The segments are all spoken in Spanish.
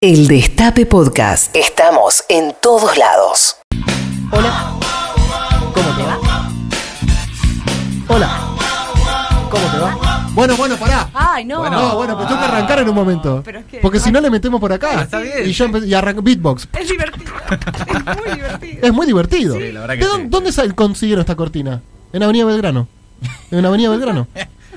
El Destape Podcast. Estamos en todos lados. Hola, ¿cómo te va? Hola, ¿cómo te va? Bueno, bueno, pará. Ay, no. No, bueno, pero tengo que arrancar en un momento. Ah, Pero es que- Porque si no le metemos por acá. está bien. Y yo empe- y arranco beatbox. Es divertido. Es muy divertido. Es muy divertido. Sí, la verdad que ¿De dónde, sí. dónde sal- consiguieron esta cortina? En Avenida Belgrano. En Avenida Belgrano.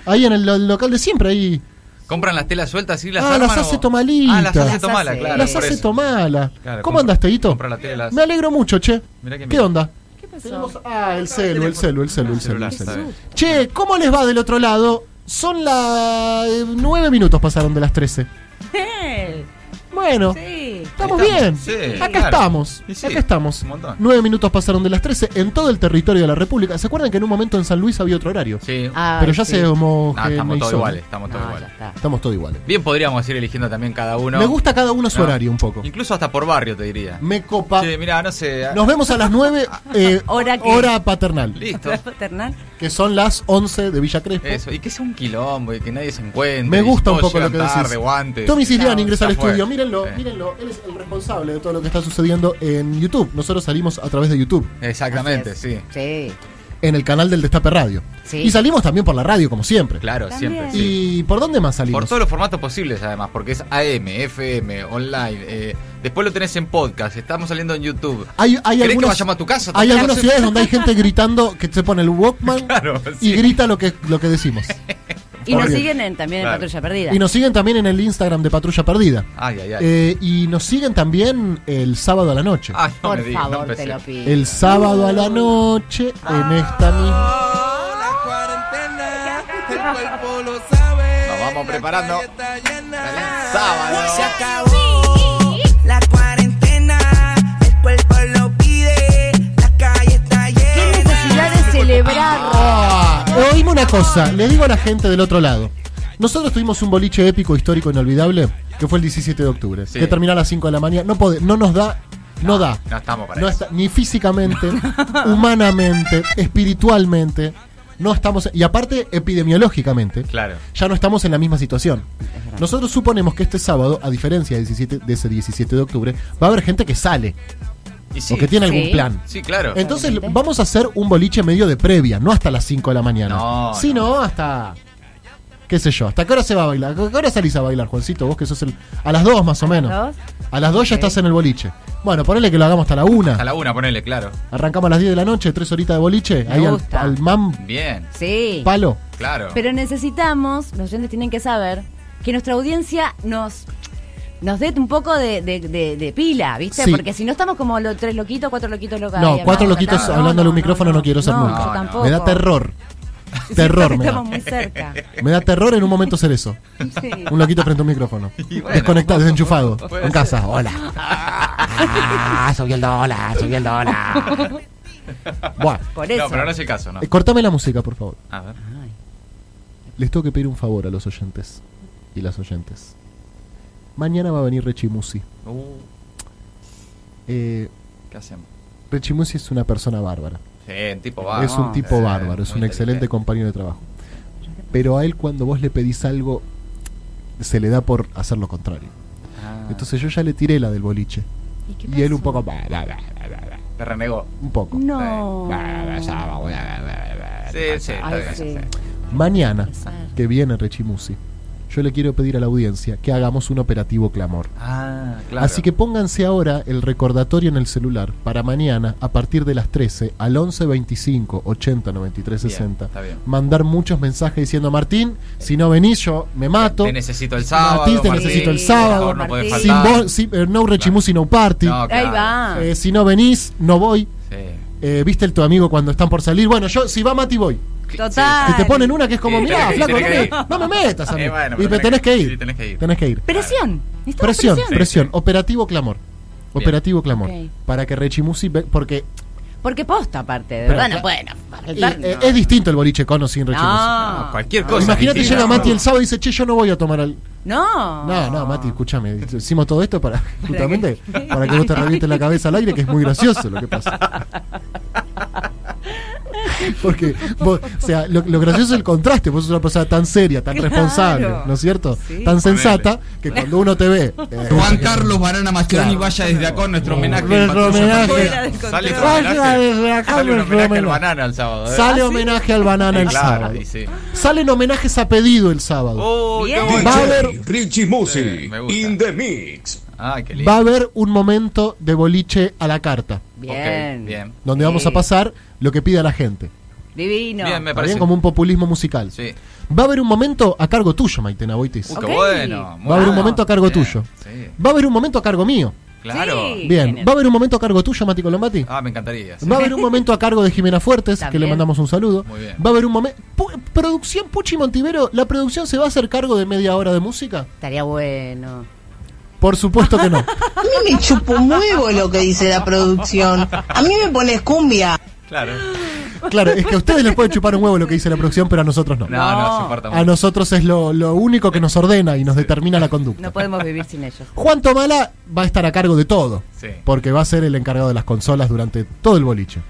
Ahí en el, lo- local de siempre, ahí. Compran las telas sueltas y las Ah, arman las hace o- Tomalita. Ah, las hace Las tomala, hace- claro. Las por hace eso. tomala. Claro, ¿Cómo compra- andas, Teguito? compra la tele, las- Me alegro mucho, che. Mirá que ¿Qué mira. onda? ¿Qué Tenemos- pasó? Ah, el celu, el celu, el celu, el celu. el Celular, celu. está bien. Che, ¿cómo les va del otro lado? Son las nueve minutos pasaron de las 13. Eh, Bueno. Sí. Estamos Ahí bien. estamos, sí, acá claro. estamos. Y sí, acá estamos. un montón. Nueve minutos pasaron de las 13 en todo el territorio de la República. ¿Se acuerdan que en un momento en San Luis había otro horario? Sí. Ay, Pero ya sí. se Ah, estamos todos homogeneizó. iguales, estamos todos No, ya iguales. está. Estamos todos iguales. Bien podríamos ir eligiendo también cada uno. Me gusta cada uno su No. horario un poco. Incluso hasta por barrio te diría. Me copa. Che, mirá, no sé. ah, Nos vemos a las 9 eh, Hora que- hora paternal, Listo. Paternal. que son las 11 de Villa Crespo. Eso. Y que sea un quilombo y que nadie se encuentre. Me y gusta un todos poco lo que llegan tarde, decís. guantes. Tommy Cislián ingresa al Ya fue. estudio. Mírenlo, Sí. mírenlo. Él es el responsable de todo lo que está sucediendo en YouTube. Nosotros salimos a través de YouTube, Exactamente, Así sí. es. Sí. en el canal del Destape Radio. Sí. Y salimos también por la radio, como siempre. Claro, También. siempre. Sí. ¿Y por dónde más salimos? Por todos los formatos posibles, además, porque es AM, FM, online. eh, después lo tenés en podcast. Estamos saliendo en YouTube. Hay, hay ¿Querés que algunas, vayamos a tu casa? Hay ¿Te algunas haces? ciudades donde hay gente gritando que se pone el Walkman Claro, y sí. grita lo que, lo que decimos. Y nos Obvio. siguen en- también en Claro. Patrulla Perdida. Y nos siguen también en el Instagram de Patrulla Perdida. Ay, ay, ay. Eh, y nos siguen también el sábado a la noche. Ay, no me Por digas, no favor, empecé. te lo pido. El sábado a la noche en esta misma. La cuarentena, el cuerpo lo sabe. Nos vamos la preparando. calle está llena. Dale, sábado. Se acabó la cuarentena, el cuerpo lo pide. La calle está llena. ¿Qué necesidad de celebrar? Ah, oíme una cosa, le digo a la gente del otro lado. Nosotros tuvimos un boliche épico, histórico, inolvidable, que fue el 17 de octubre, Sí. que terminó a las 5 de la mañana. No, pode- no nos da, no, da. no estamos para No eso. está- ni físicamente, humanamente, espiritualmente. No estamos, y aparte epidemiológicamente, Claro. ya no estamos en la misma situación. Nosotros suponemos que este sábado, a diferencia del 17 de ese 17 de octubre, va a haber gente que sale Y sí, o que tiene algún Sí. plan. sí, claro. Entonces Totalmente. vamos a hacer un boliche medio de previa, no hasta las 5 de la mañana. No, sino hasta qué sé yo, hasta qué hora se va a bailar? ¿A qué hora salís a bailar, Juancito? Vos que sos el a las 2 más o menos. dos? A las 2 ya Ok. estás en el boliche. Bueno, ponele que lo hagamos hasta la 1. Hasta la una, ponele, claro. Arrancamos a las 10 de la noche, 3 horitas de boliche, Me ahí al, gusta. al mam Bien, Sí. palo. claro. Pero necesitamos, los oyentes tienen que saber, que nuestra audiencia nos nos dé un poco de, de- de- de pila, ¿viste? Sí. Porque si no estamos como los tres loquitos, cuatro loquitos locales. No, cuatro loquitos hablándole a un micrófono no, quiero ser nunca. yo tampoco. Me da terror. Terror, me da. Estamos muy cerca. Me da terror en un momento ser eso. Sí. Un loquito frente a un micrófono. Y bueno, Desconectado, desenchufado. puede En ser. casa. Hola. Ah, subió el dólar, subió el dólar. Buah. Por eso. No, pero no es el caso, ¿no? Eh, cortame la música, por favor. A ver. Les tengo que pedir un favor a los oyentes y las oyentes. Mañana va a venir Rechimusi. Uh, Eh, ¿Qué hacemos? Rechimusi es una persona bárbara. Sí, un tipo bárbaro. es un tipo Sí, bárbaro, es muy un excelente inteligente. compañero de trabajo. Pero a él cuando vos le pedís algo, se le da por hacer lo contrario. Ah, Entonces yo ya le tiré la del boliche. ¿Y qué Y él pasó? un poco... bah, bah, bah, bah, bah, bah, Ah, Te renegó. Un poco. No. Sí, sí, está Ah, Ay, bien. sí. Mañana, Exacto. que viene Rechimusi, yo le quiero pedir a la audiencia que hagamos un operativo clamor. Ah, claro. Así que pónganse ahora el recordatorio en el celular para mañana a partir de las 13 al 11 25 80 93 Bien, 60. está bien. Mandar muchos mensajes diciendo Martín, si no venís yo me mato. Te necesito el sábado. Martín, te necesito el sábado. Por favor, no podés Martín. Sin faltar. vos, si- eh, no rechimusi, no party. No, claro. Ahí va. Eh, si no venís, no voy. Sí. Eh, ¿Viste el tu amigo cuando están por salir? Bueno, yo si va Mati voy. Total. Que te ponen una que es como, Sí, mirá, tenés- flaco, no tenés que me, ir". no me metas a mí. Eh, bueno, y pero te tenés que ir. sí, tenés que ir. Tenés que ir. Presión. Necesitamos Presión, presión. presión, Sí, sí. operativo clamor. Operativo clamor. Ok. Para que Rechimusi. ve- Porque Porque posta, aparte. De verdad, Pero, no pueden. eh, faltar, eh, no. es distinto el boliche con o sin Rechimusi. No. No, cualquier cosa. Imagínate, Cristina. llega Mati el sábado y dice, che, yo no voy a tomar al. No. No, no, Mati, escúchame. Hicimos todo esto para, justamente, para que no te revientes la cabeza al aire, que es muy gracioso lo que pasa. Porque, vos- o sea, lo, lo gracioso es el contraste. Vos sos una persona tan seria, tan Claro. responsable, ¿no es cierto? Sí. Tan sensata, que cuando uno te ve. eh, Juan Carlos Barana Macheroni vaya desde acá nuestro homenaje. en Nuestro Patrulla homenaje. Patrulla. Fuera del control. Sale un Vaya desde homenaje, acá sale un me homenaje al fenómeno. banana el sábado. ¿eh? sale homenaje al banana Sí, el claro, sábado. y sí. Salen homenajes a pedido el sábado. Oh, Bien. qué bueno. Va a haber- Richie Sí, Musi, me gusta. in the mix. Ay, Ah, qué Va a lindo. haber un momento de boliche a la carta, Bien. Ok, bien. donde Sí. vamos Eh. a pasar lo que pida la gente. Divino. Bien, me Está bien, parece. como un populismo musical. Sí. Va a haber un momento a cargo tuyo, Maitena Boitis. Uh, qué Ok. bueno. muy Va a haber un bueno. momento a cargo Bien, tuyo. Sí, Va a haber un momento a cargo mío. claro. Sí. Bien. genial. ¿Va a haber un momento a cargo tuyo, Mati Colombati? Ah, me encantaría. sí. Va a haber un momento a cargo de Jimena Fuertes, que le También. mandamos un saludo. Muy bien. Va a haber un momento. Producción Puchi Montivero, ¿la producción se va a hacer cargo de media hora de música? Estaría bueno. Por supusto que no. A mí me chupo un huevo lo que dice la producción. A mí me pones cumbia. Claro. Claro, es que a ustedes les puede chupar un huevo lo que dice la producción, pero a nosotros no. No, no, se importa A mucho. nosotros es lo, lo único que nos ordena y nos determina la conducta. No podemos vivir sin ellos. Juan Tomala va a estar a cargo de todo, Sí. porque va a ser el encargado de las consolas durante todo el boliche.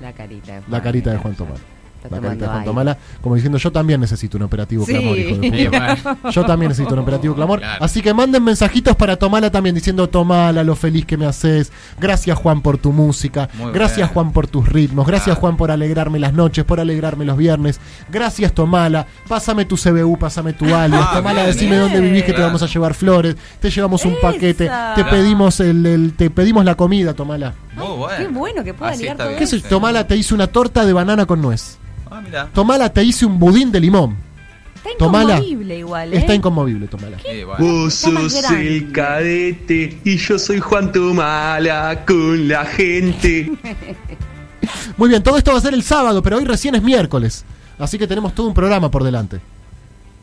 La carita de Juan. Ah, La carita de mira, Juan ya. Tomala. Está La tomando carita de Juan aire. Tomala, como diciendo, yo también necesito un operativo Sí. clamor, hijo de puta. Sí, bueno. Yo también necesito un operativo clamor. Claro. Así que manden mensajitos para Tomala también diciendo Tomala, lo feliz que me haces. Gracias Juan por tu música. Muy Gracias bien. Juan por tus ritmos. Gracias Claro. Juan por alegrarme las noches, por alegrarme los viernes. Gracias Tomala. Pásame tu CBU, pásame tu alias. Ah, Tomala, bien, decime bien. dónde vivís que te Claro. vamos a llevar flores. Te llevamos un Esa. paquete. Te Claro. pedimos el, el- te pedimos la comida, Tomala. Muy Oh, bueno. qué bueno que pueda Así ligar está todo bien. ¿Qué sé Sí. yo? Tomala te hice una torta de banana con nuez. Ah, mira. Tomala te hice un budín de limón. Está Tomala. inconmovible igual, ¿eh? Está inconmovible, Tomala. Sí, Eh, bueno. Uh, Vos Está más sos grande. el cadete y yo soy Juan Tomala con la gente. Muy bien, todo esto va a ser el sábado, pero hoy recién es miércoles. Así que tenemos todo un programa por delante.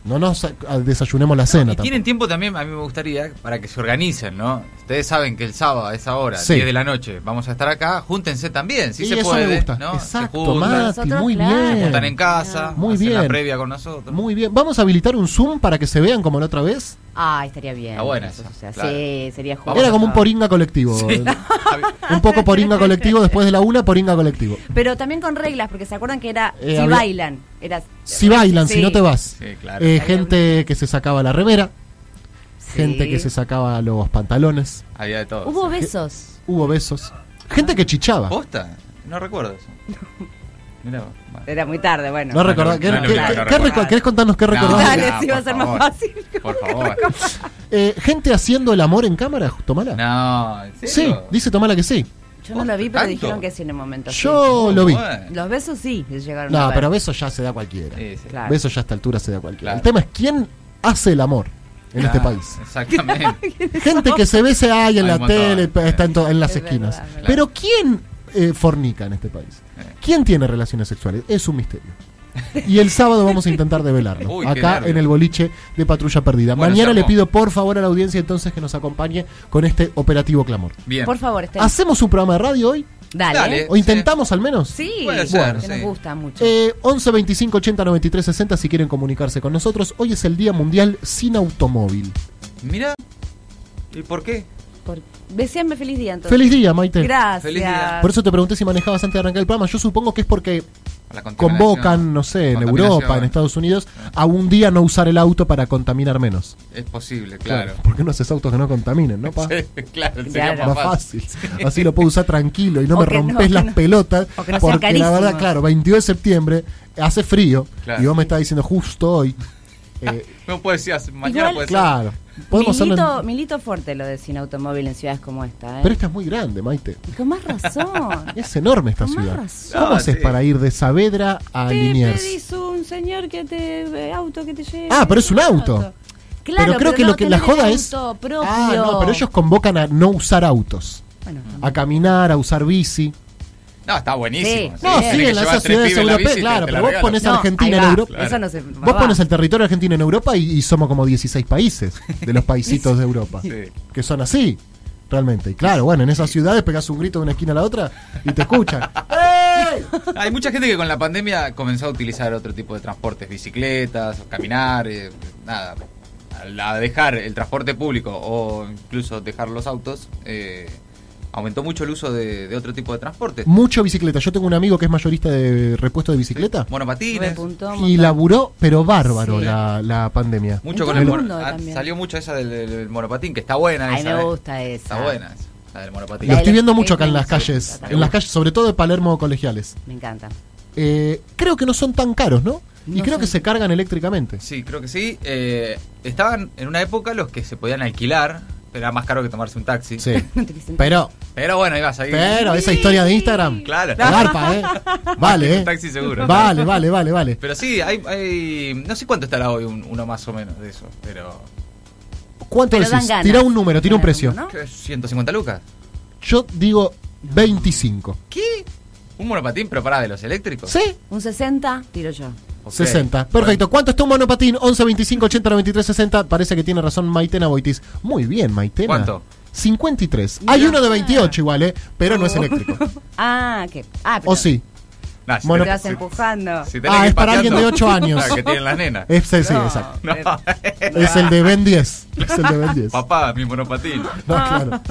No nos eh, desayunemos la cena Y tampoco. tienen tiempo también, a mí me gustaría, para que se organicen, ¿no? Ustedes saben que el sábado a esa hora, Sí. 10 de la noche, vamos a estar acá, júntense también, si Y se eso puede, ¿eh? me gusta. ¿no? se Exacto, juntan, Mati, Nosotros, muy claro. Se bien. están en casa, Ah. Muy hacen la bien. previa con nosotros. Muy bien. Vamos a habilitar un Zoom para que se vean como la otra vez. Ah, estaría bien. Está buena eso, esa, o sea, claro. Sí, sería justo. Vamos Era como a- un poringa colectivo. Un poco poringa colectivo, después de la una, poringa colectivo. Pero también con reglas, porque se acuerdan que era Eh, si había- bailan. Era, Si bailan, si Sí, no te vas. Sí, claro. Eh, gente que se sacaba la remera, sí. gente que se sacaba los pantalones, Había de todo. Hubo besos. hubo besos, gente que chichaba. ¿Posta? No recuerdo eso. Mirá vos. Bueno. Era muy tarde, bueno. No recordás. no, ¿Qué- no, qué- no, no, qué- no qué recordás. recu- ¿Querés contarnos qué recordás? No, Dale, no, si iba a Ah, por ser más favor. fácil. Por favor. Eh, gente haciendo el amor en cámara, Tomala. No, ¿en Sí, serio? dice Tomala que sí. Yo no lo vi, pero ¿Tanto? dijeron que sí en el momento. sí. Yo lo vi. Bueno. Los besos sí llegaron a No, ver. pero beso ya se da cualquiera. Sí, sí. Claro. Beso ya a esta altura se da cualquiera. Claro. El tema es quién hace el amor en Claro, este país. Exactamente. Gente que se bese ahí en Hay la un montón. tele, pa- está en, to- en las Es esquinas. verdad, verdad. Pero ¿quién eh, fornica en este país? Eh. ¿Quién tiene relaciones sexuales? Es un misterio. Y el sábado vamos a intentar develarlo. Uy, qué acá nervio. en el boliche de Patrulla Perdida. Bueno, Mañana se le armó. pido por favor a la audiencia entonces que nos acompañe con este operativo clamor. Bien. Por favor, estén. ¿Hacemos un programa de radio hoy? Dale. ¿eh? Dale. ¿O Sí. intentamos al menos? Sí, Puede ser, que nos sí. gusta mucho. Eh, 11 25 80 93 60 si quieren comunicarse con nosotros. Hoy es el Día Mundial sin Automóvil. Mira. ¿Y por qué? Por- Deseame feliz día entonces. Feliz día, Maite. Gracias. Feliz día. Por eso te pregunté si manejabas antes de arrancar el programa. Yo supongo que es porque La contaminación. convocan, no sé, en Europa, en Contaminación. Estados Unidos, a un día no usar el auto para contaminar menos. Es posible, claro. Porque no haces autos que no contaminen, ¿no? Pa? Sí, claro, sería Claro. más Más fácil. fácil. Así lo puedo usar tranquilo y no O me que no, rompes que las no. pelotas. O que no sea porque la verdad, carísimo. claro, 22 de septiembre hace frío Claro. y vos me estás diciendo justo hoy. eh, No puede ser, hace- mañana Igual- puede ser. claro. Podemos hacerlo en- Milito, milito fuerte lo de sin automóvil en ciudades como esta, ¿eh? Pero esta es muy grande, Maite. Y con más razón. Es enorme esta Con más ciudad. razón. ¿Cómo Ah, haces sí. para ir de Saavedra a te Liniers? pedís un señor que te eh, auto que te lleve. Ah, pero es un auto. Claro, pero creo que no lo que la tener joda el es. auto propio. Ah, no, pero ellos convocan a no usar autos, Bueno, a caminar, a usar bici. No, está buenísimo. Sí. No, Tenés sí, que en llevar las tres ciudades pibes en la europeas, bici y te- claro, te la pero vos regalo. pones No, Argentina ahí en va. Europa. Eso no se- Vos va. pones el territorio argentino en Europa y, y somos como 16 países de los paisitos de Europa. Sí. Que son así, realmente. Y claro, bueno, en esas ciudades pegás un grito de una esquina a la otra y te escuchan. Hay mucha gente que con la pandemia comenzó a utilizar otro tipo de transportes, bicicletas, caminar, eh, nada. Al- A dejar el transporte público o incluso dejar los autos, eh, aumentó mucho el uso de, de otro tipo de transporte. Mucho bicicleta. Yo tengo un amigo que es mayorista de repuesto de bicicleta Monopatines. Repuntó un y montón. laburó, pero bárbaro, Sí. la, la pandemia. Mucho En con todo el el mono- mundo ah, también. Salió mucho esa del, del monopatín, que está buena. Ay, esa, me eh. gusta esa. Está buena esa, la del monopatín. Lo La estoy del viendo mucho acá en skate, las sí, calles, totalmente. en las calles, sobre todo de Palermo Colegiales. Me encanta. Eh, creo que no son tan caros, ¿no? y No creo son- que se cargan eléctricamente. Sí, creo que sí. Eh, estaban en una época los que se podían alquilar, pero era más caro que tomarse un taxi. Sí. No te quise- Pero, Pero bueno, ibas ahí. pero esa historia de Instagram. Claro. la garpa, ¿eh? Vale, ¿eh? Taxi seguro. Vale, vale, vale, vale. Pero sí, hay, hay- No sé cuánto estará hoy un- uno más o menos de eso, pero. ¿Cuánto Pero dan decís? ganas. Tira un número, tira un Claro, precio. ¿no? ¿Qué? ¿150 lucas? Yo digo 25. ¿Qué? ¿Un monopatín, pero pará, de los eléctricos? ¿Sí? Un 60, tiro yo. Ok. 60. Perfecto. ¿Cuánto está un monopatín? 11, 25, 80, 93, 60. Parece que tiene razón Maitena Boitis. Muy bien, Maitena. ¿Cuánto? 53. Hay Mirá. uno de 28 igual, ¿eh? Pero no es eléctrico. Ah, ¿qué? Ah, pero ¿O sí? Nah, si Mono- te tenés- vas empujando. si- si tenés Ah, que es ir para alguien de pateando. ocho años. Eh, Claro, que tienen las nenas. Es, sí, sí, No, exacto. No. Es el de Ben 10. Es el de Ben 10. Papá, mi monopatín. No, claro.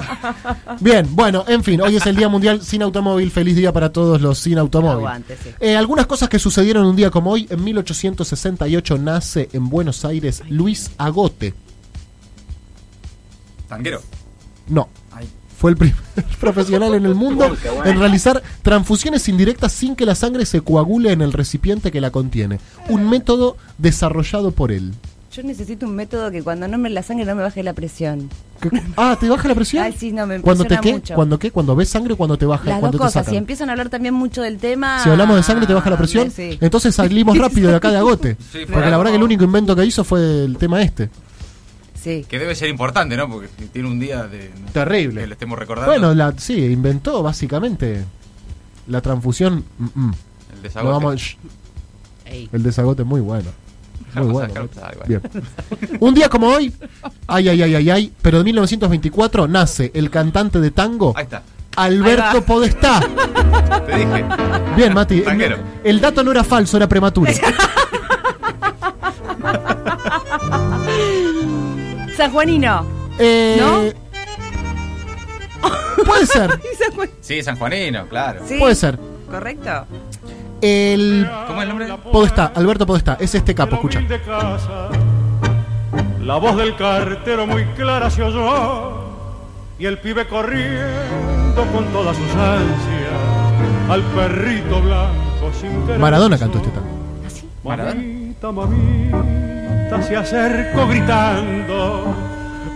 Bien, bueno, en fin, hoy es el Día Mundial Sin Automóvil. Feliz día para todos los sin automóvil. Aguante, sí. Eh, algunas cosas que sucedieron un día como hoy. En 1868 nace en Buenos Aires Luis Agote. Tanguero. No, Ay. fue el primer profesional en el mundo en realizar transfusiones indirectas sin que la sangre se coagule en el recipiente que la contiene. Un método desarrollado por él. Yo necesito un método que cuando no me la sangre no me baje la presión. ¿Qué- Ah, ¿te baja la presión? Ay, sí, no, me ¿Cuándo te impresiona qué? mucho. ¿Cuándo qué? ¿Cuando ves sangre o cuando te baja? Las dos cuando te cosas. sacan? Si empiezan a hablar también mucho del tema. Ah, Si hablamos de sangre te baja la presión, Eh. Sí. entonces salimos rápido de acá de agote. Sí, porque claro. la verdad que el único invento que hizo fue el tema este. Sí. Que debe ser importante, ¿no? Porque tiene un día de. Terrible. Que lo Eh, estemos recordando. Bueno, la, sí, inventó básicamente la transfusión. mm, mm. el Lo desagote. vamos- shh. el desagote es muy bueno. Muy Vamos a bueno. sacar- ah, igual. Bien. Un día como hoy, ay, ay, ay, ay, ay, pero de 1924 nace el cantante de tango Ahí está. Alberto Podestá. Te dije. Bien, Mati. el- Tanguero. el dato no era falso, era prematuro. San Juanino. Eh, Puede ser, Sí, San Juanino, claro. Sí. puede ser. ¿Correcto? El ¿Cómo es el nombre? Podestá, Alberto Podestá, es este capo, escucha. de casa, la voz del cartero muy clara se oyó y el pibe corriendo con todas sus ansias al perrito blanco sin querer. Maradona cantó este tango. Mamita, mamita se acercó gritando.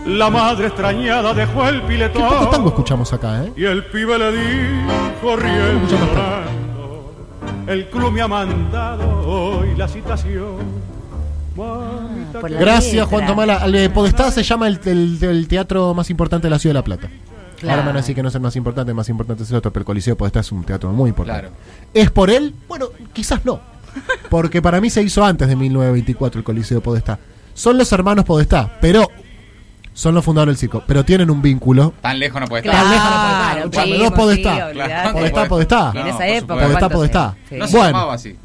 La madre extrañada dejó el ¿Qué poco tango piletón escuchamos acá, eh? y el pibe le dijo riendo, Mucho más tarde. llorando, El club me ha mandado hoy la citación. Mamita, Por la letra. Gracias, Juan Tomala. El, eh, Podestá se llama el, el- el teatro más importante de la ciudad de La Plata. Ahora me van a decir que no es el más importante, el más importante es el otro, pero el Coliseo Podestá es un teatro muy importante. Claro. ¿Es por él? Bueno, quizás no. Porque para mí se hizo antes de 1924 el Coliseo Podestá. Son los hermanos Podestá, pero son los fundadores del circo, pero tienen un vínculo. Tan lejos no puede estar. Tan lejos no Claro, puede estar. un Escuchame, primo, dos Podestá. sí, olvidate. Claro. Podestá, Podestá. En No, esa por época. supuesto. Podestá, ¿cuántos Podestá. Sí. No se Bueno. llamaba así.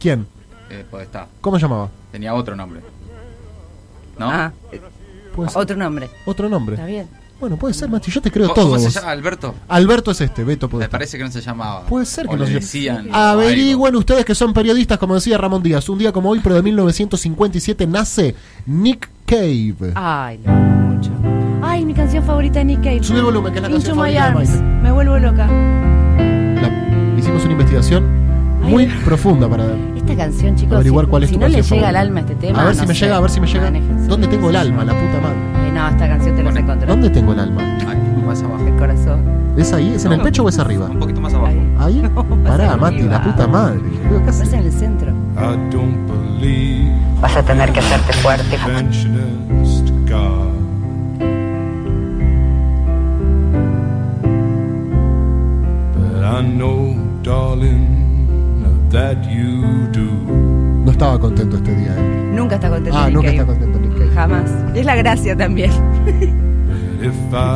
¿Quién? Eh, Podestá. ¿Cómo llamaba? Tenía otro nombre. ¿No? Ah, Puede ser. otro nombre. Otro nombre. Está bien. Bueno, puede ser, Mati. Yo te creo ¿Cómo, todo. cómo se vos. llama Alberto? Alberto es este, Beto Me Podestá. parece que no se llamaba. Puede ser que O no le se- decían. o Averigüen algo. ustedes que son periodistas, como decía Ramón Díaz. Un día como hoy, pero de 1957, nace Nick Cave. Ay, lo amo mucho. Ay, mi canción favorita de Nick Cave. Sube el volumen, que es la Into canción My favorita de Arms. Maite. Me vuelvo loca. La- hicimos una investigación muy profunda para Esta canción, chicos, averiguar si, cuál es si tu no le llega canción al favorita. alma este tema. A ver no si me sé, llega, a ver si me llega. manéjense. ¿Dónde tengo el alma, la puta madre? Eh, no, esta canción te la encontré. ¿Dónde tengo el alma? Ay, más abajo. El corazón. ¿Es ahí? ¿Es en el No. pecho o es arriba? Un poquito más abajo. Ahí. ¿Ahí? No, Pará, arriba. Mati, la puta madre. ¿Qué Vas haces? en el centro. Vas a tener que hacerte fuerte. No estaba contento este día. eh. Nunca está contento. Ah, Nick nunca Cave. está contento Nick Cave. Jamás. Es la gracia también.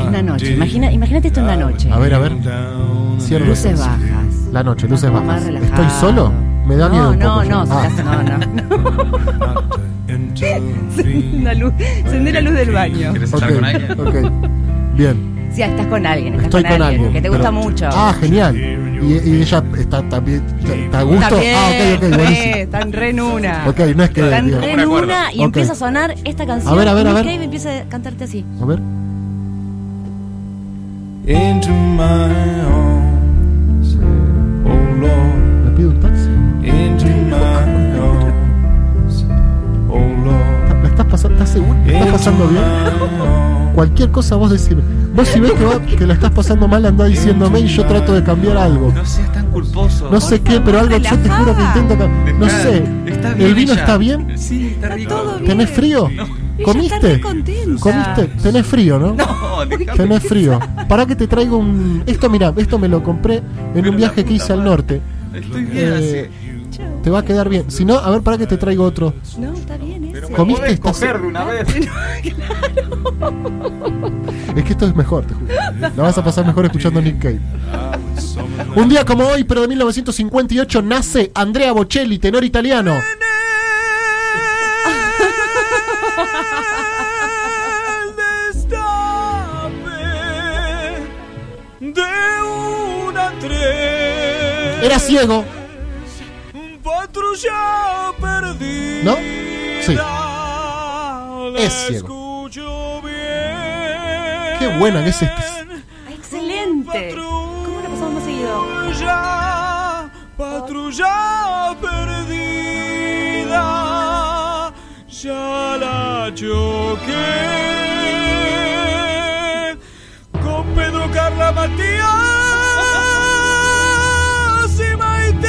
Una noche. Imagina, imagínate esto en la noche. Ah, A ver, a ver. Cierro los Luces ojos. bajas. La noche, luces Más bajas. relajado. ¿Estoy solo? Me da no, miedo. un No, poco, no, yo. se Ah, hace- no, no, Una luz- Encendí la luz del baño. ¿Quieres ok, hablar con alguien? ok. Bien. Sí, estás con alguien. Estás Estoy con alguien. Que te gusta pero- mucho. Ah, genial. Y, y ella está también. está- ¿Está a gusto? También, Ah, ok, ok, re, buenísimo. están re en una. Ok, no es que. Están digo, re en una y Ok. empieza a sonar esta canción. A ver, a ver, a y ver. Cave empieza a cantarte así. A ver. Into my arms, oh Lord. Me pido un taxi. Into my arms, oh Lord. ¿La estás pasando? ¿Estás seguro? ¿La estás pasando bien? Cualquier cosa vos decime. Vos si ves que, va- que la estás pasando mal, andá diciéndome y yo trato de cambiar algo. No seas tan culposo. No sé qué, pero algo yo te juro que intento cam- No Está- sé. está bien ¿El vino ella. está bien? Sí, está rico. ¿Tenés frío? ¿Comiste? ¿Comiste? ¿Tenés frío, no? No, déjame. Tenés frío. Para que te traigo un. Esto, mira, esto me lo compré en un viaje que hice al norte. Estoy bien Eh, Te va a quedar bien. Si no, a ver, para que te traigo otro. No, está bien eso. ¿Comiste esta se- una vez. Es que esto es mejor, te juro. La vas a pasar mejor escuchando Nick Cave. Un día como hoy, pero de 1958, nace Andrea Bocelli, tenor italiano. destape de una tres. Era ciego, Patrulla perdida. ¿no? Sí. la Es ciego. escucho bien. Qué buena que es este. Excelente. ¿Cómo la pasamos más seguido? Patrulla, patrulla perdida, ya la choqué con Pedro Carla Matías y Maite.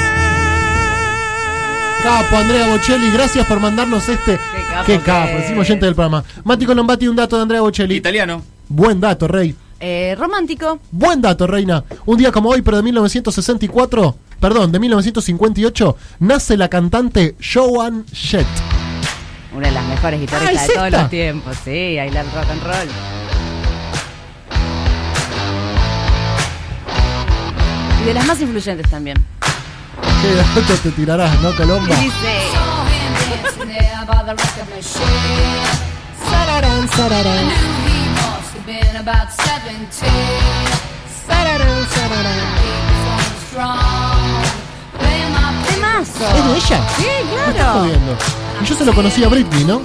Capo, Andrea Bocelli, gracias por mandarnos este. capo Qué capo, que es. decimos oyente del programa. Mati Colombati, un dato de Andrea Bocelli. Italiano. Buen dato, Rey. Eh, romántico. Buen dato, Reina. Un día como hoy, pero de 1964, perdón, de 1958, nace la cantante Joan Jett. Una de las mejores guitarristas Ah, ¿es de todos esta? los tiempos. Sí, baila el rock and roll. Y de las más influyentes también. Qué dato te tirarás, ¿no, Colomba? Y dice. Sararán, sararán. Sararán, sararán. Temazo. ¿Es de ella? Me Sí, estás claro. jodiendo. Y yo se lo conocí a Britney, ¿no?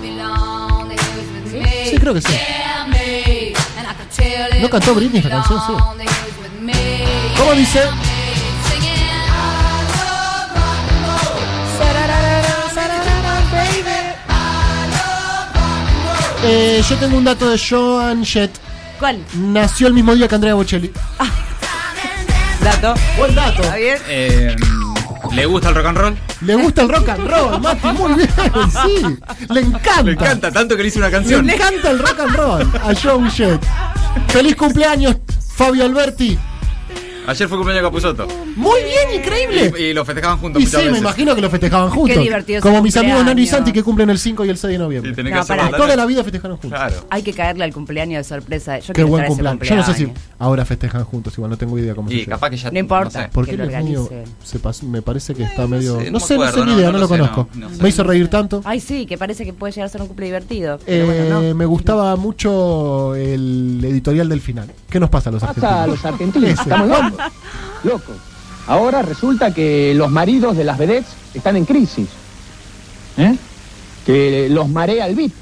Sí, creo que sí. ¿No cantó Britney esta canción? Sí. ¿Cómo dice? Eh, yo tengo un dato de Joan Jett. ¿Cuál? Nació el mismo día que Andrea Bocelli. Dato. Buen dato. Em, Eh, ¿Le gusta el rock and roll? Le gusta el rock and roll, Mati, muy bien, sí. Le encanta. Le encanta tanto que le hice una canción. Le encanta el rock and roll a Joan Jett. Feliz cumpleaños, Fabio Alberti. Ayer fue cumpleaños de Capuzoto. Muy bien, increíble. Y, y lo festejaban juntos Y sí, muchas me veces. imagino que lo festejaban juntos. Qué divertido Como ese mis amigos Nani y cumpleaños. Santi que cumplen el 5 y el 6 de noviembre. Y tenés No, que hacer pará. bastante. Toda la vida festejaron juntos. Claro. Hay que caerle al cumpleaños de sorpresa. Yo Qué quiero buen estar a ese cumpleaños. Yo no sé si cumpleaños. ahora festejan juntos, igual no tengo idea cómo Y se capaz que ya. No importa. sé. ¿Por que qué lo el niño organice. se pasó? Me parece que está Eh, no medio. me No sé, no sé acuerdo, ni no, idea, no no lo lo sé, conozco. no, no sé. Me hizo reír tanto. Ay, sí, que parece que puede llegar a ser un cumple divertido. Pero bueno, Eh, no. me gustaba mucho el editorial del final. ¿Qué nos pasa a los argentinos? pasa a los argentinos? Ese. Estamos locos. Locos. Ahora resulta que los maridos de las vedettes están en crisis. ¿Eh? Que los marea el VIP.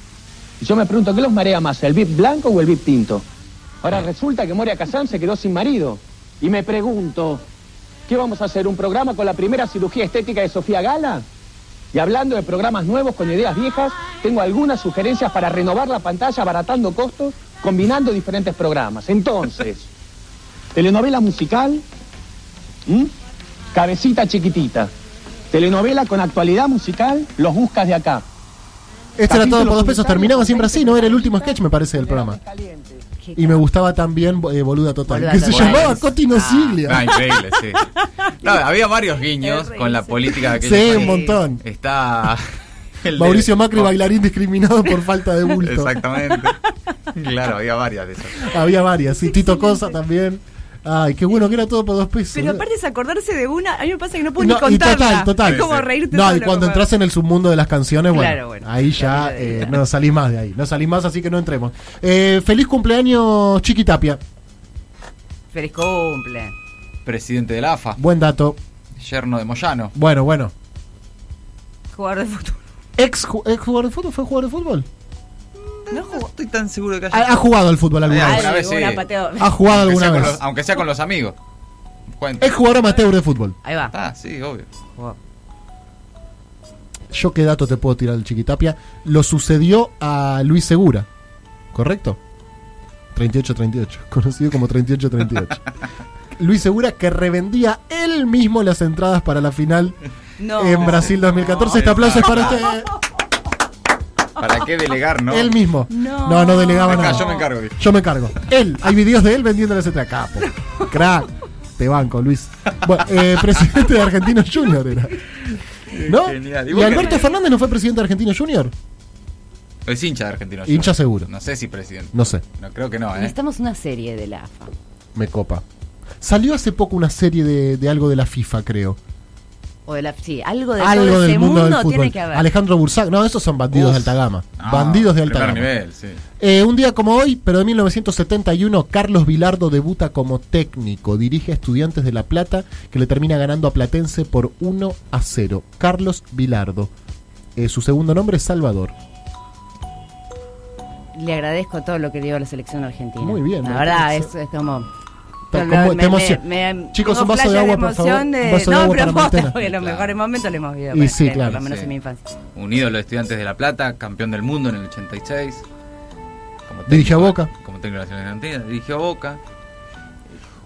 Y yo me pregunto, ¿qué los marea más, el VIP blanco o el VIP tinto? Ahora resulta que Moria Kazan se quedó sin marido. Y me pregunto, ¿qué vamos a hacer? ¿Un programa con la primera cirugía estética de Sofía Gala? Y hablando de programas nuevos con ideas viejas, tengo algunas sugerencias para renovar la pantalla abaratando costos, combinando diferentes programas. Entonces, telenovela musical, ¿m? cabecita chiquitita. Telenovela con actualidad musical, los buscas de acá. Este era todo por dos Capítulo pesos. Terminaba siempre así, ¿no? Era el último sketch, me parece, del programa. Y me gustaba también eh, Boluda Total, Boluda que se Total. llamaba Cotino Ah, Siglia. increíble, sí. No, había varios guiños con la política que Sí, un montón. Está. el de- Mauricio Macri, Oh, bailarín discriminado por falta de bulto. Exactamente. Claro, había varias de esas. Había varias, sí. Tito Cosa también. Ay, qué bueno que era todo por dos pesos. ¿eh? Pero ¿no? aparte es acordarse de una, a mí me pasa que no puedo No, ni y contarla. total, total. Es como reírte No, y solo, cuando como- entras en el submundo de las canciones, bueno, Claro, bueno, ahí ya eh, no salís más de ahí. No salís más, así que no entremos. Eh, feliz cumpleaños, Chiqui Tapia. Feliz cumple. Presidente de la AFA. Buen dato. Yerno de Moyano. Bueno, bueno. Jugador de fútbol. Ex, ju- ex jugador de fútbol, fue jugador de fútbol. No, estoy tan seguro de que Ha, ha jugado al fútbol alguna Eh, vez. alguna vez sí. Alguna pateó. Ha jugado Aunque sea alguna con vez. los- aunque sea con los amigos. Cuenta. Es jugador amateur de fútbol. Ahí va. Ah, sí, obvio. Yo qué dato te puedo tirar del Chiquitapia. Lo sucedió a Luis Segura. ¿Correcto? 38-38. Conocido como 38-38. Luis Segura que revendía él mismo las entradas para la final No. en Brasil 2014. Este aplauso es para este. ¿Para qué delegar, no? Él mismo. No, no, delegaba Acá, nada. yo me encargo. dijo. Yo me encargo. Él, hay videos de él vendiendo las entradas. Capo. Crack. Te banco, Luis. Bueno, eh, presidente de Argentinos Junior era. ¿No? Genial. ¿Y vos Alberto qué- Fernández no fue presidente de Argentinos Junior? Es hincha de Argentino. Hincha seguro. No sé si presidente. No sé. No, creo que no, ¿eh? Necesitamos una serie de la AFA. Me copa. Salió hace poco una serie de, de algo de la FIFA, creo. O de la, sí, algo de Algo todo del ese mundo, mundo, del fútbol. tiene que haber. Alejandro Bursac. No, esos son bandidos Uf. de alta gama. Ah, bandidos de alta primer gama. nivel, sí. Eh, un día como hoy, pero de 1971, Carlos Vilardo debuta como técnico. Dirige a Estudiantes de La Plata, que le termina ganando a Platense por 1 a 0. Carlos Vilardo. Eh, su segundo nombre es Salvador. Le agradezco todo lo que dio a la selección argentina. Muy bien, La me verdad, parece. es, es como. Pero Lo- lo- como- me- te me- emociona. me- Chicos, tengo un vaso de flashes agua, por favor. emoción de- Un vaso de no, agua pero para posta, Martena. porque los Claro. mejores momentos lo hemos vivido. Y sí, Martena, claro. Por lo menos Sí. en mi infancia. Un ídolo de Estudiantes de La Plata, campeón del mundo en el 86. Como Dirige a técnico- Boca. Como técnico de la selección argentina, dirigió a Boca.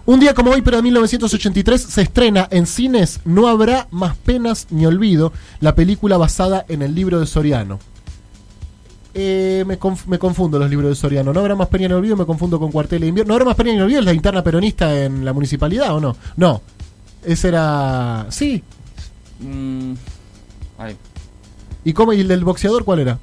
Un día como hoy, pero de 1983, se estrena en cines No habrá más penas ni olvido, la película basada en el libro de Soriano. Eh, me, conf- me confundo los libros de Soriano. No habrá más penas ni olvido, me confundo con Cuartel de Invierno. No habrá más penas ni olvido, es la interna peronista en la municipalidad, ¿o no? No. Ese era... Sí. Mm, ay, ¿Y, cómo, ¿Y el del boxeador cuál era?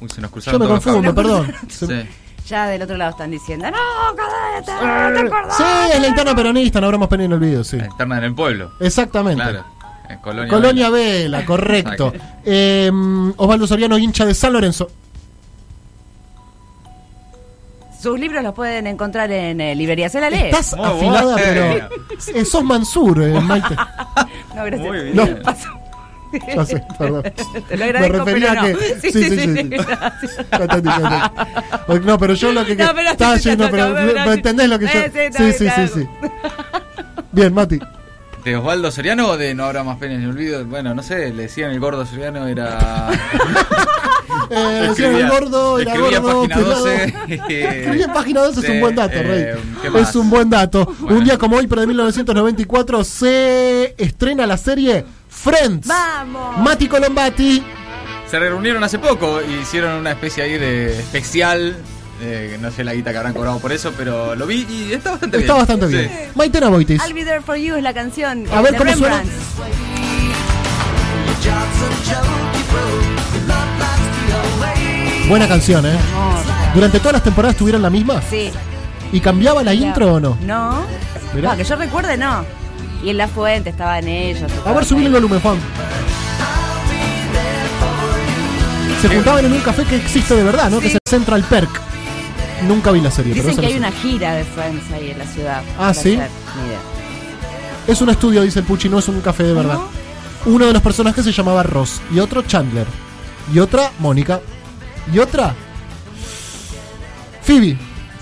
uy, se nos Yo cruzaron me todos los confundo, cables. perdón. Sí. Ya del otro lado están diciendo, no, cállate, Ah, no te acordás. Eh, Sí, es la interna peronista, no habrá más penas ni olvido, sí. La interna en el pueblo. Exactamente. Claro. En Colonia. Colonia Vela, correcto. Eh, Osvaldo Soriano, hincha de San Lorenzo. Sus libros los pueden encontrar en eh, Librería Se la lee. Estás afilada, bueno. pero. Eh, sos Mansur, eh, Maite. No, gracias. Muy bien. No, Pasó. ya sé, perdón. Te lo agradezco, refería pero a no. que- Sí, sí, sí, sí, sí. sí. gracias. Ya entendí, ya entendí. No, pero yo lo que. No, pero- estaba yendo, no, pero. no, pero- ¿me ¿Entendés lo que yo.? Eh, sí, está Sí, bien, sí, sí, está sí. Bien, Mati. Eh, ¿De Osvaldo Soriano o de No habrá más penas ni olvido? Bueno, no sé, le decían el gordo Soriano era. Eh, sí, Escribía- era gordo, era escribía gordo. página pelado. 12. Escribí en página 12 es Sí, un buen dato, eh, Rey. ¿qué más? Es un buen dato. Bueno. Un día como hoy, pero de 1994, se estrena la serie Friends. Vamos. Mati Colombati. Se reunieron hace poco y hicieron una especie ahí de especial. eh, que no sé la guita que habrán cobrado por eso, pero lo vi y está bastante Está bien. bastante bien. Sí. Maitena Boitis. I'll be there for you es la canción. A ver de cómo suena. Rembrandt. Buena canción, ¿eh? Hermosa. Durante todas las temporadas tuvieron la misma. Sí. ¿Y cambiaba la intro o no? No. Mirá. Ah, que yo recuerde, no. Y en la fuente estaban ellos. A ver, subir el volumen, Juan. Se juntaban en un café que existe de verdad, ¿no? Que es el Central Perk. Nunca vi la serie, pero Dicen esa que la hay sé. una gira de Friends ahí en la ciudad. Ah, ¿sí? Mira. Es un estudio, dice el Pucci, no es un café de verdad. Uno de los personajes se llamaba Ross y otro Chandler. Y otra Mónica. Y otra Phoebe.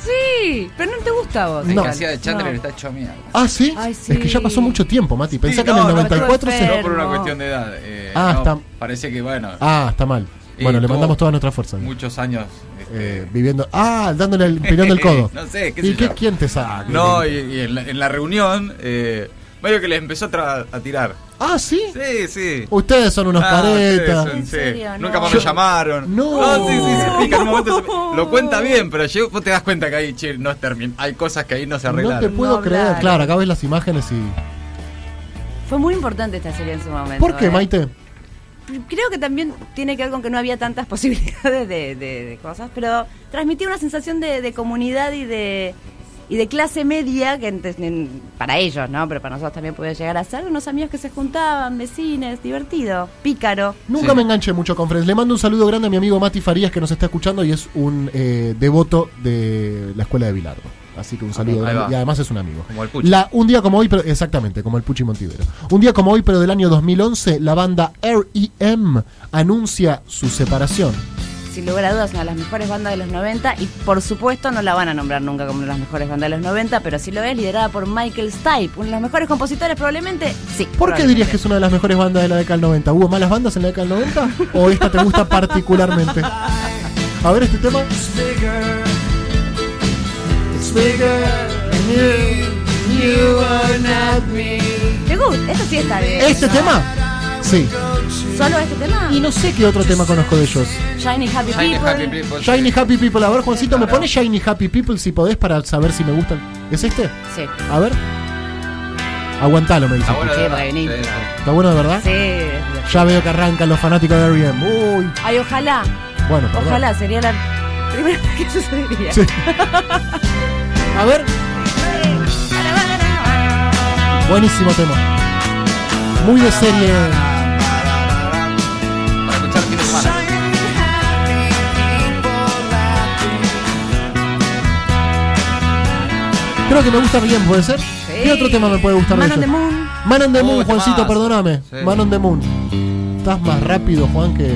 Sí, pero no te gusta a vos. El No. que hacía de Chandler No. está hecho mierda. Ah, ¿sí? Ay, sí. Es que ya pasó mucho tiempo, Mati. Pensá Sí, que en no, el no, 94 estuve se... No por una No. cuestión de edad. eh, Ah, no, está. Parece que, bueno, Ah, está mal. Y Bueno, le tuvo mandamos toda nuestra fuerza. muchos años. este, Eh, viviendo... Ah, dándole el piñón del codo. no sé, qué sé ¿Y qué, yo. quién te saca? No, y, y en, la, en la reunión, eh, medio que les empezó a, tra- a tirar. Ah, ¿sí? Sí, sí. Ustedes son unos Ah, ustedes caretas. son, ¿En sí. serio? Nunca No. más Yo- me llamaron. No. Ah, sí, sí, se pica, en un momento se- Lo cuenta bien, pero yo- vos te das cuenta que ahí, che, no es termin- Hay cosas que ahí no se No te arreglaron. puedo No creer. hablaron. Claro, acá ves las imágenes y... Fue muy importante esta serie en su momento. ¿Por qué, ¿eh? Maite? Creo que también tiene que ver con que no había tantas posibilidades de, de- de cosas, pero transmitía una sensación de, de comunidad y de, y de clase media, que ente- en- para ellos, ¿no? Pero para nosotros también puede llegar a ser, unos amigos que se juntaban, vecines, divertido, pícaro. Nunca me enganché mucho con Friends. Le mando un saludo grande a mi amigo Mati Farías que nos está escuchando y es un eh, devoto de la escuela de Bilardo. Así que un saludo ahí grande. va. Y además es un amigo. Como el Puchi. La, un día como hoy, pero, exactamente, como el Puchi Montivero. Un día como hoy, pero del año 2011, la banda R.E.M. anuncia su separación. Sin lugar a dudas, una de las mejores bandas de los 90 y por supuesto no la van a nombrar nunca como una de las mejores bandas de los 90, pero sí lo es, liderada por Michael Stipe, uno de los mejores compositores probablemente, sí. ¿Por qué dirías que es una de las mejores bandas de la década del 90? ¿Hubo malas bandas en la década del 90? ¿O esta te gusta particularmente? A ver este tema. It's bigger. It's bigger than you. You are not me. ¿Te gusta? Esto sí está bien. ¿Este tema? Sí. ¿Solo este tema? Y no sé qué otro tema conozco de ellos. Shiny Happy Shiny People. Happy People. Shiny Happy People. A ver, Juancito, ¿me pones Shiny Happy People si podés para saber si me gustan? ¿Es este? Sí. A ver. Aguantalo, me dice. Está bueno, Sí, de verdad. porque venís. Sí, sí. ¿Está bueno de verdad? Sí. Ya veo que arrancan los fanáticos de R.E.M. Uy. Ay, ojalá. Bueno, perdón. Ojalá, sería la primera vez que sucedería. Sí. A ver. Buenísimo tema. Muy de serie. Para escuchar el fin de semana. Creo que me gusta bien, ¿puede ser? ¿Qué otro tema me puede gustar Man de on the ellos? Moon. Man on the Oh, Moon, este Juancito, más. perdóname. Sí. Man on the Moon. Estás más rápido, Juan, que.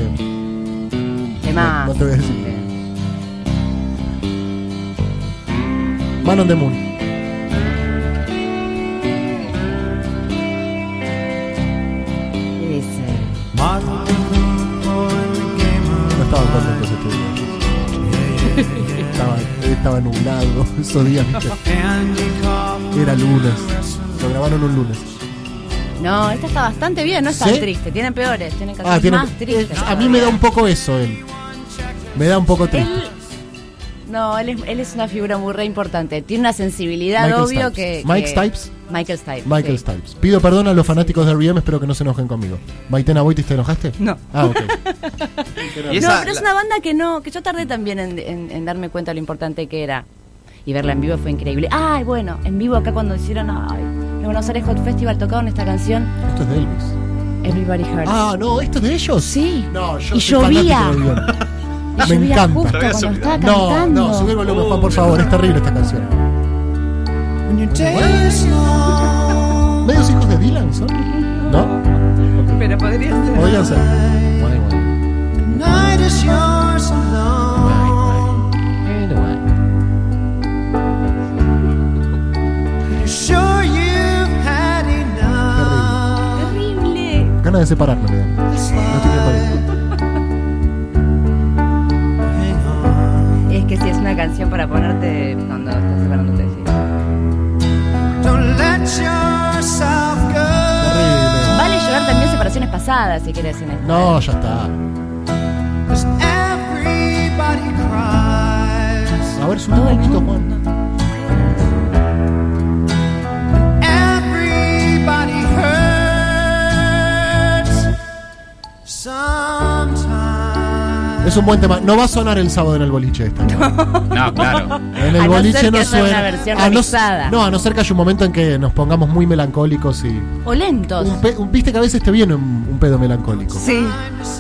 Tema. No te voy a decir. Man on the Moon. Dice. No estaba contento ese estudio. Estaba, estaba nublado esos días, ¿viste? Era lunes. Lo grabaron un lunes. No, esta está bastante bien, no es tan ¿Sí? triste. Tienen peores, tienen canciones Ah, tiene- más tristes. eh, a mí me da un poco eso él. Me da un poco triste. Él, no, él es, él es una figura muy re importante. Tiene una sensibilidad, Michael obvio, Stipe. que, Mike que- Stipe. Michael Stipe. Michael sí. Stiles. Pido perdón a los fanáticos de R.E.M., espero que no se enojen conmigo. Maitena Boitis, ¿te enojaste? No. Ah, ok. Y no, esa- pero es la- una banda que no, que yo tardé también en, en- en darme cuenta lo importante que era. Y verla en vivo fue increíble. Ay, bueno, en vivo acá cuando hicieron ay, el Buenos Aires Hot Festival tocaron esta canción, Esto es de Elvis. Everybody Hurts. Ah, no, ¿esto es de ellos? Sí. No, yo Y soy llovía. fanático de R.E.M.. Y Me llovía encanta. justo cuando Lo había olvidado. estaba No, cantando. no, sube el volumen, Juan, por favor. Es terrible esta canción. ¿Medios hijos de Dylan son? ¿No? Pero podría ser. Podrían ser. Bueno, igual. Terrible. Ganas de separarme, me dan. No estoy preparado. Es que sí, es una canción para ponerte cuando estás separándote. sí. Terrible. Vale llorar también separaciones pasadas, si quieres en esta. No, ya está. A ver, sube un poquito, Juan. Es un buen tema. No va a sonar el sábado en el boliche esta. ¿no? No, claro. En el A no boliche ser no que haya suena. una versión a no, remixada. no, a no ser que haya un momento en que nos pongamos muy melancólicos y. O lentos. Un pe- un- Viste que a veces te viene un, un pedo melancólico. Sí.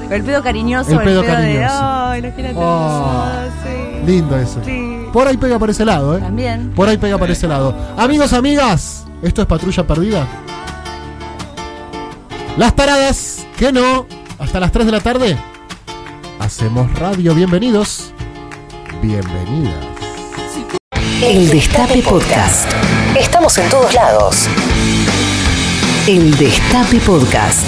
El pedo cariñoso, El el, pedo pedo, de. cariñoso. Ay, los quiero Oh. todos, sí. Lindo eso. Sí. Por ahí pega para ese lado, ¿eh? También. Por ahí pega para ese lado. Amigos, amigas, esto es Patrulla Perdida. Las paradas, que no. Hasta las 3 de la tarde. Hacemos radio. Bienvenidos. Bienvenidas. El Destape Podcast. Estamos en todos lados. El Destape Podcast.